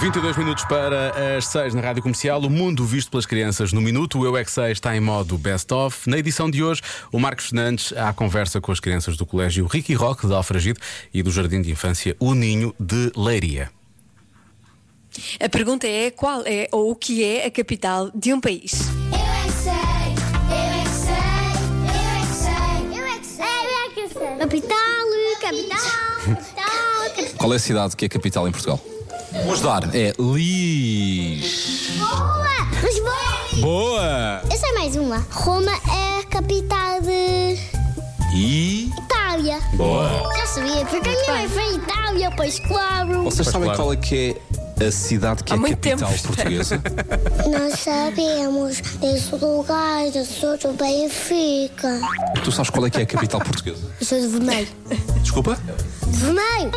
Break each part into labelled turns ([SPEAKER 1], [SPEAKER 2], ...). [SPEAKER 1] 22 minutos para as 6 na Rádio Comercial, o mundo visto pelas crianças no minuto. O Eu é que Sei está em modo best-of. Na edição de hoje, o Marcos Fernandes à conversa com as crianças do Colégio Ricky Rock de Alfragide e do Jardim de Infância O Ninho de Leiria.
[SPEAKER 2] A pergunta é qual é ou o que é a capital de um país?
[SPEAKER 3] Eu é que sei, eu é que sei, eu é que sei, eu é que sei, eu é que sei, eu é que sei. Capital, capital, capital, capital.
[SPEAKER 4] Qual é a cidade que é capital em Portugal? Vou ajudar. É Lis.
[SPEAKER 3] Boa! Lisboa!
[SPEAKER 4] Boa!
[SPEAKER 3] Eu sei mais uma. Roma é a capital de
[SPEAKER 4] E.
[SPEAKER 3] Itália.
[SPEAKER 4] Boa!
[SPEAKER 3] Já sabia, porque a minha mãe foi à Itália, pois claro.
[SPEAKER 4] Vocês sabem
[SPEAKER 1] claro.
[SPEAKER 4] qual é que é a cidade que
[SPEAKER 2] Há
[SPEAKER 4] é
[SPEAKER 2] muito
[SPEAKER 4] capital
[SPEAKER 2] tempo.
[SPEAKER 4] portuguesa?
[SPEAKER 3] Nós sabemos desse lugar, eu sou do Benfica.
[SPEAKER 4] tu sabes qual é que é a capital portuguesa?
[SPEAKER 3] Eu sou de vermelho.
[SPEAKER 4] Desculpa?
[SPEAKER 3] Vermelho!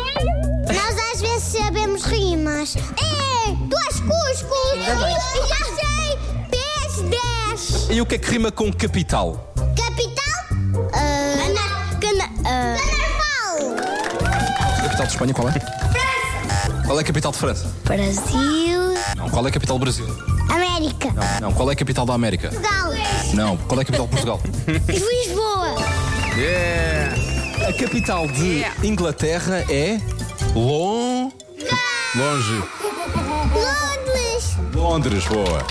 [SPEAKER 3] Nós às vezes sabemos rimas. É! Duas Cusco! Eu já sei! Pés 10!
[SPEAKER 4] E o que é que rima com capital?
[SPEAKER 3] Capital? Ana. Cana. ah, Carnaval!
[SPEAKER 4] A capital de Espanha qual é? Qual é a capital de França?
[SPEAKER 3] Brasil.
[SPEAKER 4] Não. Qual é a capital do Brasil?
[SPEAKER 3] América.
[SPEAKER 4] Não. Qual é a capital da América?
[SPEAKER 3] Portugal.
[SPEAKER 4] Não. Qual é a capital de Portugal?
[SPEAKER 3] Lisboa.
[SPEAKER 4] A capital de Inglaterra é. Lon.
[SPEAKER 1] Longe.
[SPEAKER 3] Londres.
[SPEAKER 4] Londres, boa.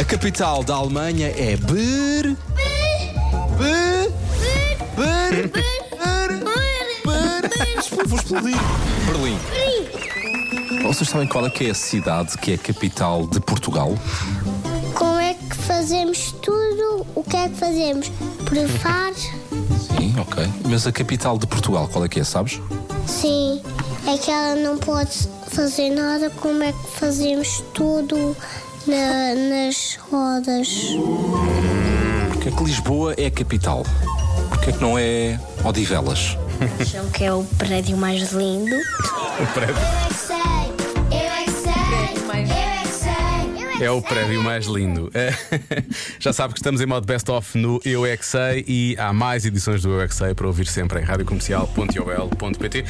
[SPEAKER 4] A capital da Alemanha é Ber. Ber. Ber. Ber. Ber. Vou explodir. Berlim. Vocês sabem qual é que é a cidade que é a capital de Portugal?
[SPEAKER 3] Como é que fazemos tudo? O que é que fazemos? Provar?
[SPEAKER 4] Sim, ok. Mas a capital de Portugal, qual é que é, sabes?
[SPEAKER 3] Sim. É que ela não pode fazer nada. Como é que fazemos tudo na- nas rodas?
[SPEAKER 4] Porque é que Lisboa é a capital? Porque é que não é Odivelas?
[SPEAKER 3] Acham que é o prédio mais lindo?
[SPEAKER 1] O prédio
[SPEAKER 3] Eu é que sei, eu é que sei, eu é que sei, eu é que
[SPEAKER 1] é o prédio mais lindo. É. Já sabe que estamos em modo best-of no Eu é que Sei e há mais edições do Eu é que Sei para ouvir sempre em radiocomercial.iol.pt.